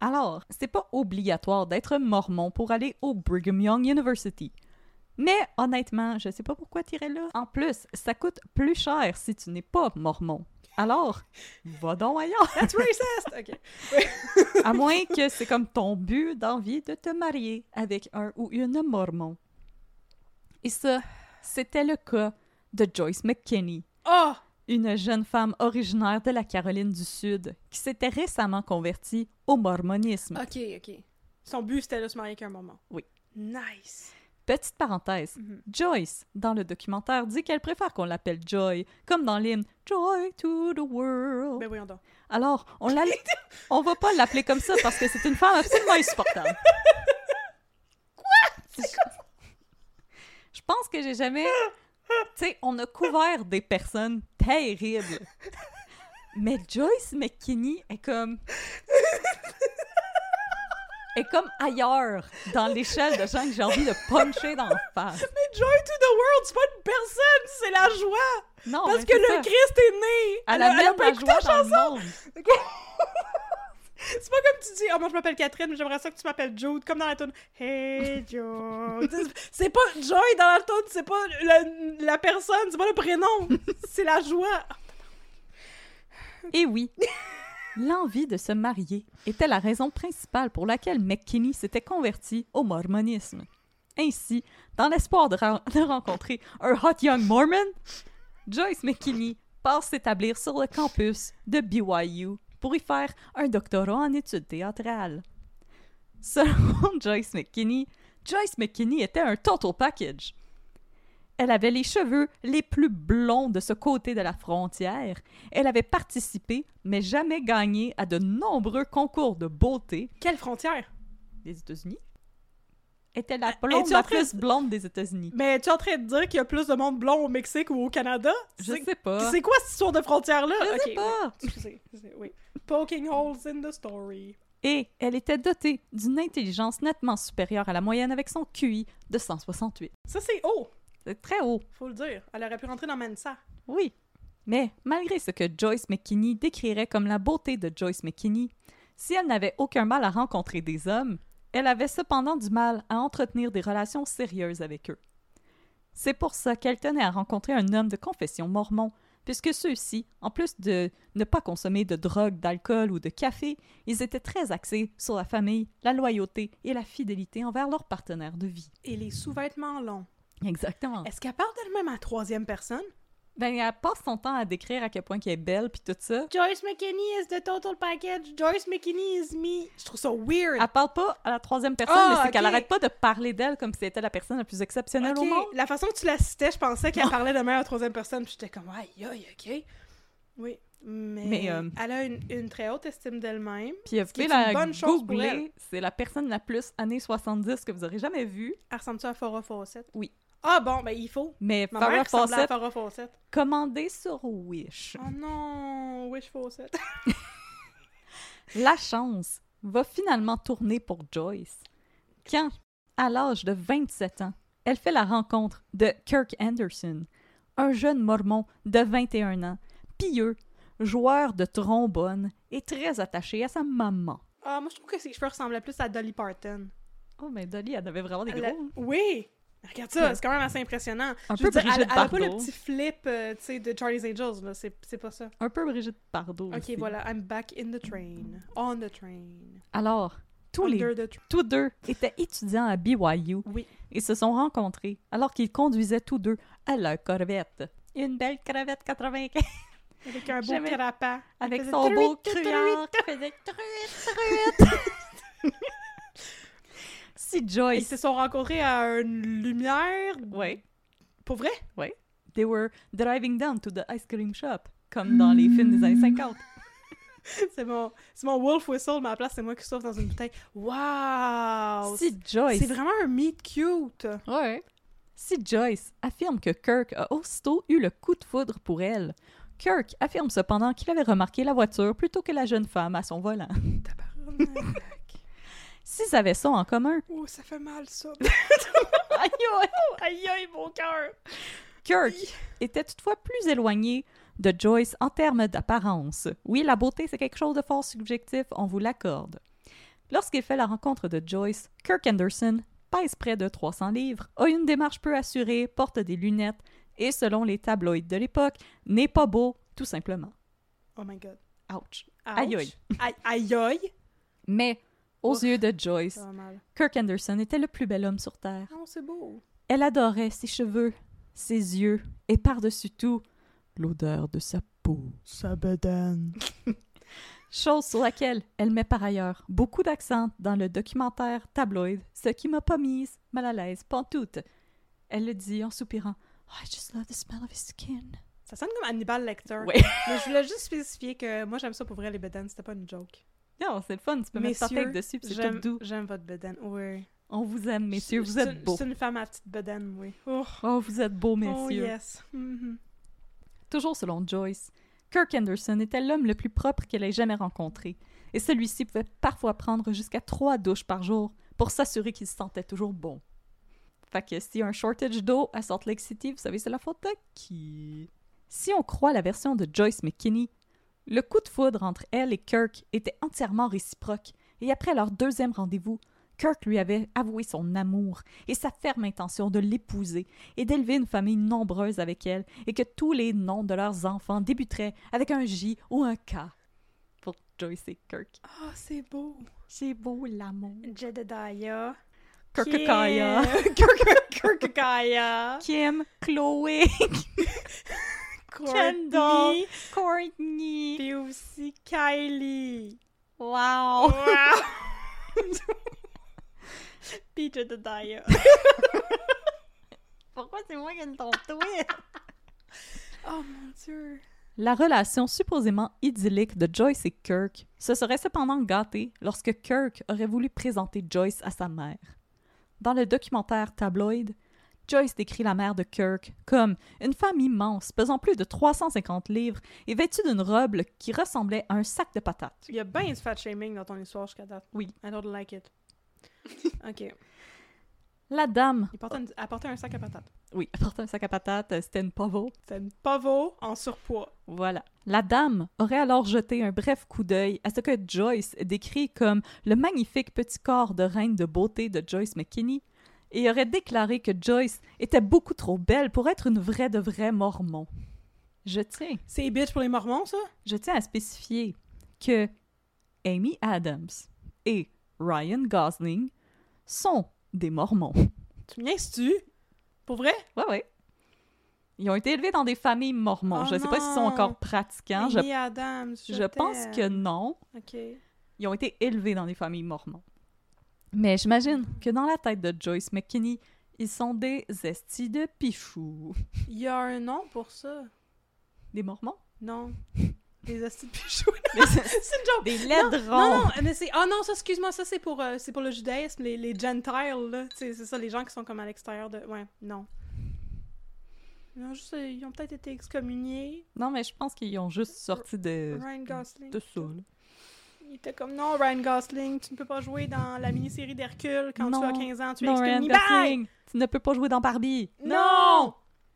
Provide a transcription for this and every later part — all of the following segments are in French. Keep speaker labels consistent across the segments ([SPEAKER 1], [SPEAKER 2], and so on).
[SPEAKER 1] Alors, c'est pas obligatoire d'être mormon pour aller au Brigham Young University. Mais honnêtement, je sais pas pourquoi t'irais là. En plus, ça coûte plus cher si tu n'es pas mormon. Alors, va donc ailleurs.
[SPEAKER 2] That's racist! OK.
[SPEAKER 1] À moins que c'est comme ton but d'envie de te marier avec un ou une mormon. Et ça, c'était le cas de Joyce McKinney,
[SPEAKER 2] Oh!
[SPEAKER 1] une jeune femme originaire de la Caroline du Sud qui s'était récemment convertie au mormonisme.
[SPEAKER 2] OK, OK. Son but, c'était de se marier avec un moment.
[SPEAKER 1] Oui.
[SPEAKER 2] Nice!
[SPEAKER 1] Petite parenthèse, Joyce, dans le documentaire, dit qu'elle préfère qu'on l'appelle Joy, comme dans l'hymne Joy to the World.
[SPEAKER 2] Ben voyons donc.
[SPEAKER 1] Alors, on, la... on va pas l'appeler comme ça parce que c'est une femme absolument insupportable. Quoi? Je pense que j'ai jamais... Tu sais, on a couvert des personnes terribles. Mais Joyce McKinney est comme... est comme ailleurs dans l'échelle de gens que j'ai envie de puncher dans la face.
[SPEAKER 2] Mais Joy to the World, c'est pas une personne, c'est la joie!
[SPEAKER 1] Non,
[SPEAKER 2] Parce
[SPEAKER 1] mais
[SPEAKER 2] que
[SPEAKER 1] c'est
[SPEAKER 2] le
[SPEAKER 1] ça.
[SPEAKER 2] Christ est né!
[SPEAKER 1] Elle
[SPEAKER 2] a-
[SPEAKER 1] amène
[SPEAKER 2] a pas
[SPEAKER 1] la
[SPEAKER 2] écouté
[SPEAKER 1] joie dans le monde.
[SPEAKER 2] c'est pas comme tu dis, oh, moi je m'appelle Catherine, mais j'aimerais ça que tu m'appelles Jude, comme dans la tune Hey Jude. C'est- c'est pas Joy dans la tune, c'est pas le- la personne, c'est pas le prénom, c'est la joie.
[SPEAKER 1] Et Eh oui, l'envie de se marier était la raison principale pour laquelle McKinney s'était converti au mormonisme. Ainsi, dans l'espoir de, ra- de rencontrer un hot young Mormon, Joyce McKinney part s'établir sur le campus de BYU pour y faire un doctorat en études théâtrales. Selon Joyce McKinney, Joyce McKinney était un total package. Elle avait les cheveux les plus blonds de ce côté de la frontière. Elle avait participé, mais jamais gagné, à de nombreux concours de beauté
[SPEAKER 2] Quelle frontière?
[SPEAKER 1] des États-Unis. Était la
[SPEAKER 2] Euh, es-tu
[SPEAKER 1] blonde
[SPEAKER 2] en
[SPEAKER 1] la
[SPEAKER 2] train
[SPEAKER 1] plus
[SPEAKER 2] de-
[SPEAKER 1] blonde des États-Unis.
[SPEAKER 2] Mais tu es en train de dire qu'il y a plus de monde blond au Mexique ou au Canada?
[SPEAKER 1] Je
[SPEAKER 2] C'est-
[SPEAKER 1] sais pas.
[SPEAKER 2] C'est quoi cette histoire de frontière-là?
[SPEAKER 1] Je sais
[SPEAKER 2] Ok,
[SPEAKER 1] pas.
[SPEAKER 2] oui, excusez, excusez, oui. Poking holes in the story.
[SPEAKER 1] Et elle était dotée d'une intelligence nettement supérieure à la moyenne avec son QI de 168.
[SPEAKER 2] Ça, c'est haut,
[SPEAKER 1] C'est très haut.
[SPEAKER 2] faut le dire. Elle aurait pu rentrer dans Mensa.
[SPEAKER 1] Oui. Mais malgré ce que Joyce McKinney décrirait comme la beauté de Joyce McKinney, si elle n'avait aucun mal à rencontrer des hommes, elle avait cependant du mal à entretenir des relations sérieuses avec eux. C'est pour ça qu'elle tenait à rencontrer un homme de confession mormon, puisque ceux-ci, en plus de ne pas consommer de drogue, d'alcool ou de café, ils étaient très axés sur la famille, la loyauté et la fidélité envers leur partenaire de vie.
[SPEAKER 2] Et les sous-vêtements longs.
[SPEAKER 1] Exactement.
[SPEAKER 2] Est-ce qu'elle parle d'elle-même en troisième personne?
[SPEAKER 1] Ben, elle passe son temps à décrire à quel point qu'elle est belle puis tout ça,
[SPEAKER 2] Joyce McKinney is the total package. Joyce McKinney is me. Je trouve ça weird.
[SPEAKER 1] Elle parle pas à la troisième personne,
[SPEAKER 2] Ah,
[SPEAKER 1] mais c'est
[SPEAKER 2] ok.
[SPEAKER 1] qu'elle arrête pas de parler d'elle comme si c'était la personne la plus exceptionnelle
[SPEAKER 2] Ok,
[SPEAKER 1] au monde.
[SPEAKER 2] La façon que tu la citais, je pensais qu'elle parlait de même en troisième personne. puis J'étais comme, aïe, aïe, ok. Oui. Mais,
[SPEAKER 1] Mais, euh,
[SPEAKER 2] elle a une, une très haute estime d'elle-même.
[SPEAKER 1] Puis vous
[SPEAKER 2] ce qui
[SPEAKER 1] pouvez
[SPEAKER 2] est
[SPEAKER 1] la
[SPEAKER 2] une bonne chose pour elle.
[SPEAKER 1] googler, c'est la personne la plus années 70 que vous aurez jamais vue.
[SPEAKER 2] Elle ressemble-tu à Farah Fawcett?
[SPEAKER 1] Oui.
[SPEAKER 2] Ah bon, ben il faut.
[SPEAKER 1] Mais
[SPEAKER 2] Ma
[SPEAKER 1] Farrah
[SPEAKER 2] mère ressemblait à
[SPEAKER 1] Fawcett,
[SPEAKER 2] Ah. Farrah Fawcett.
[SPEAKER 1] commandée sur Wish.
[SPEAKER 2] Oh non, Wish Fawcett.
[SPEAKER 1] La chance, va finalement tourner pour Joyce quand, à l'âge de 27 ans, elle fait la rencontre de Kirk Anderson, un jeune mormon de 21 ans, pieux, joueur de trombone et très attaché à sa maman.
[SPEAKER 2] Ah, moi, je trouve que ses cheveux ressemblaient plus à Dolly Parton.
[SPEAKER 1] Oh, mais Dolly, elle avait vraiment des
[SPEAKER 2] La-
[SPEAKER 1] gros. hein.
[SPEAKER 2] Oui! Regarde ça, c'est quand même assez impressionnant.
[SPEAKER 1] Un
[SPEAKER 2] Je veux
[SPEAKER 1] peu
[SPEAKER 2] dire, elle,
[SPEAKER 1] Brigitte
[SPEAKER 2] elle a pas le
[SPEAKER 1] Bardot.
[SPEAKER 2] petit flip euh, tu sais, de Charlie's Angels, là. C'est c'est pas ça.
[SPEAKER 1] Un peu Brigitte Bardot.
[SPEAKER 2] Ok,
[SPEAKER 1] aussi.
[SPEAKER 2] voilà. I'm back in the train. On the train.
[SPEAKER 1] Alors, tous les
[SPEAKER 2] Under the train.
[SPEAKER 1] tous deux étaient étudiants à BYU
[SPEAKER 2] Oui.
[SPEAKER 1] et se sont rencontrés alors qu'ils conduisaient tous deux à leur corvette. Une belle corvette 95
[SPEAKER 2] Avec un beau
[SPEAKER 1] J'aimais-
[SPEAKER 2] carapace. Elle
[SPEAKER 1] avec
[SPEAKER 2] faisait
[SPEAKER 1] son beau
[SPEAKER 2] truite, truite,
[SPEAKER 1] cruard
[SPEAKER 2] truite.
[SPEAKER 1] qui faisait truite, truite. si
[SPEAKER 2] Ils
[SPEAKER 1] Joyce,
[SPEAKER 2] se sont rencontrés à une lumière.
[SPEAKER 1] ouais,
[SPEAKER 2] Pour vrai?
[SPEAKER 1] they were driving down to the ice cream shop comme dans les films des années 50.
[SPEAKER 2] C'est mon, c'est mon wolf whistle, mais à la place, c'est moi qui souffle dans une bouteille. Wow!
[SPEAKER 1] Si
[SPEAKER 2] Oh, C'est
[SPEAKER 1] Joyce,
[SPEAKER 2] vraiment un meet cute.
[SPEAKER 1] Ouais. Si Joyce affirme que Kirk a aussitôt eu le coup de foudre pour elle, Kirk affirme cependant qu'il avait remarqué la voiture plutôt que la jeune femme à son volant.
[SPEAKER 2] Tabarnak.
[SPEAKER 1] S'ils avaient ça en commun,
[SPEAKER 2] oh, ça fait mal, ça.
[SPEAKER 1] aïe, aïe,
[SPEAKER 2] aïe, aïe, mon cœur.
[SPEAKER 1] Kirk était toutefois plus éloigné de Joyce en termes d'apparence. Oui, la beauté, c'est quelque chose de fort subjectif, on vous l'accorde. Lorsqu'il fait la rencontre de Joyce, Kirk Anderson pèse près de 300 livres, a une démarche peu assurée, porte des lunettes et, selon les tabloïds de l'époque, n'est pas beau, tout simplement.
[SPEAKER 2] Oh my god.
[SPEAKER 1] Ouch.
[SPEAKER 2] Ouch.
[SPEAKER 1] Aïe, aïe.
[SPEAKER 2] Aïe, aïe, aïe.
[SPEAKER 1] Mais, aux
[SPEAKER 2] Ouf.
[SPEAKER 1] yeux de Joyce,
[SPEAKER 2] Ça va mal.
[SPEAKER 1] Kirk Anderson était le plus bel homme sur Terre.
[SPEAKER 2] Ah, Non, c'est beau.
[SPEAKER 1] Elle adorait ses cheveux, ses yeux et par-dessus tout, l'odeur de sa peau.
[SPEAKER 2] Ça bédane.
[SPEAKER 1] Chose sur laquelle elle met par ailleurs beaucoup d'accent dans le documentaire tabloïd, ce qui m'a pas mise mal à l'aise, pantoute. Elle le dit en soupirant. Oh, I just love the smell of his skin.
[SPEAKER 2] Ça sonne comme Hannibal Lecter.
[SPEAKER 1] Ouais.
[SPEAKER 2] Mais je voulais juste spécifier que moi, j'aime ça pour vrai, les bédanes. C'était pas une joke.
[SPEAKER 1] Non, c'est le fun, tu peux mettre ta
[SPEAKER 2] Messieurs,
[SPEAKER 1] tête dessus, puis c'est
[SPEAKER 2] j'aime-
[SPEAKER 1] tout doux.
[SPEAKER 2] J'aime votre bédane. Oui.
[SPEAKER 1] On vous aime, messieurs, vous êtes beaux.
[SPEAKER 2] C'est une femme à petite bédane, oui. Oh,
[SPEAKER 1] Oh, vous êtes beaux, messieurs.
[SPEAKER 2] oh yes. Mhm.
[SPEAKER 1] Toujours selon Joyce, Kirk Anderson était l'homme le plus propre qu'elle ait jamais rencontré, et celui-ci pouvait parfois prendre jusqu'à trois douches par jour pour s'assurer qu'il se sentait toujours bon. Fait que s'il y a un shortage d'eau à Salt Lake City, vous savez, c'est la faute à qui? Si on croit la version de Joyce McKinney, le coup de foudre entre elle et Kirk était entièrement réciproque, et après leur deuxième rendez-vous, Kirk lui avait avoué son amour et sa ferme intention de l'épouser et d'élever une famille nombreuse avec elle, et que tous les noms de leurs enfants débuteraient avec un J ou un K. Pour Joyce et Kirk.
[SPEAKER 2] Ah, c'est beau.
[SPEAKER 1] C'est beau l'amour.
[SPEAKER 2] Jedediah.
[SPEAKER 1] Kirkakaya.
[SPEAKER 2] Kim. Kirk- Kirkakaya.
[SPEAKER 1] Kim, Chloé,
[SPEAKER 2] Kendall.
[SPEAKER 1] Kendall, Courtney.
[SPEAKER 2] Puis aussi Kylie.
[SPEAKER 1] Wow!
[SPEAKER 2] Puis Jedediah.
[SPEAKER 1] Pourquoi c'est moi qui ai une tombe
[SPEAKER 2] Oh mon dieu.
[SPEAKER 1] La relation supposément idyllique de Joyce et Kirk se serait cependant gâtée lorsque Kirk aurait voulu présenter Joyce à sa mère. Dans le documentaire Tabloid, Joyce décrit la mère de Kirk comme une femme immense pesant plus de 350 livres et vêtue d'une robe qui ressemblait à un sac de patates.
[SPEAKER 2] Il y a bien du fat shaming dans ton histoire jusqu'à date.
[SPEAKER 1] Oui.
[SPEAKER 2] I don't like it. Ok.
[SPEAKER 1] La dame,
[SPEAKER 2] Il portait, une- elle portait un sac à patates.
[SPEAKER 1] oui, elle portait un sac à patates, euh, c'était une pavot.
[SPEAKER 2] C'était une pavot en surpoids.
[SPEAKER 1] Voilà. La dame aurait alors jeté un bref coup d'œil à ce que Joyce décrit comme le magnifique petit corps de reine de beauté de Joyce McKinney et aurait déclaré que Joyce était beaucoup trop belle pour être une vraie de vraie mormon. Je tiens,
[SPEAKER 2] C'est bitch pour les mormons, ça?
[SPEAKER 1] je tiens à spécifier que Amy Adams et Ryan Gosling sont des mormons.
[SPEAKER 2] Tu me niaises-tu? Pour vrai?
[SPEAKER 1] Ouais, ouais. Ils ont été élevés dans des familles mormons.
[SPEAKER 2] Oh
[SPEAKER 1] je ne sais pas s'ils sont
[SPEAKER 2] non!
[SPEAKER 1] encore pratiquants. Je,
[SPEAKER 2] Amy Adams, je,
[SPEAKER 1] je pense que
[SPEAKER 2] t'aime.
[SPEAKER 1] non.
[SPEAKER 2] Ok.
[SPEAKER 1] ils ont été élevés dans des familles mormons. Mais j'imagine que dans la tête de Joyce McKinney, ils sont des estis de pichou.
[SPEAKER 2] Il y a un nom pour ça.
[SPEAKER 1] Des mormons?
[SPEAKER 2] Non. Les hosties de pichou.
[SPEAKER 1] Des,
[SPEAKER 2] c'est une joke.
[SPEAKER 1] des
[SPEAKER 2] Non,
[SPEAKER 1] laiderons!
[SPEAKER 2] non, mais c'est. Ah non, ça, excuse-moi, ça, c'est pour, euh, c'est pour le judaïsme, les, les gentiles, là. Tu sais, C'est ça, les gens qui sont comme à l'extérieur de. Ouais, non. Ils ont, juste, euh, ils ont peut-être été excommuniés.
[SPEAKER 1] Non, mais je pense qu'ils ont juste sorti de...
[SPEAKER 2] Ryan Gosling.
[SPEAKER 1] de ça, là.
[SPEAKER 2] il était comme non, Ryan Gosling, tu ne peux pas jouer dans la mini-série d'Hercule quand tu
[SPEAKER 1] Non.
[SPEAKER 2] as 15 ans, tu es
[SPEAKER 1] Non, Ryan
[SPEAKER 2] excommunié. Bye!
[SPEAKER 1] Gosling, tu ne peux pas jouer dans Barbie.
[SPEAKER 2] Non!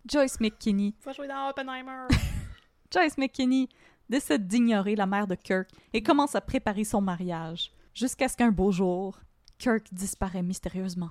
[SPEAKER 1] Joyce McKinney.
[SPEAKER 2] Tu vas jouer dans Oppenheimer.
[SPEAKER 1] Joyce McKinney décide d'ignorer la mère de Kirk et commence à préparer son mariage. Jusqu'à ce qu'un beau jour, Kirk disparaît mystérieusement.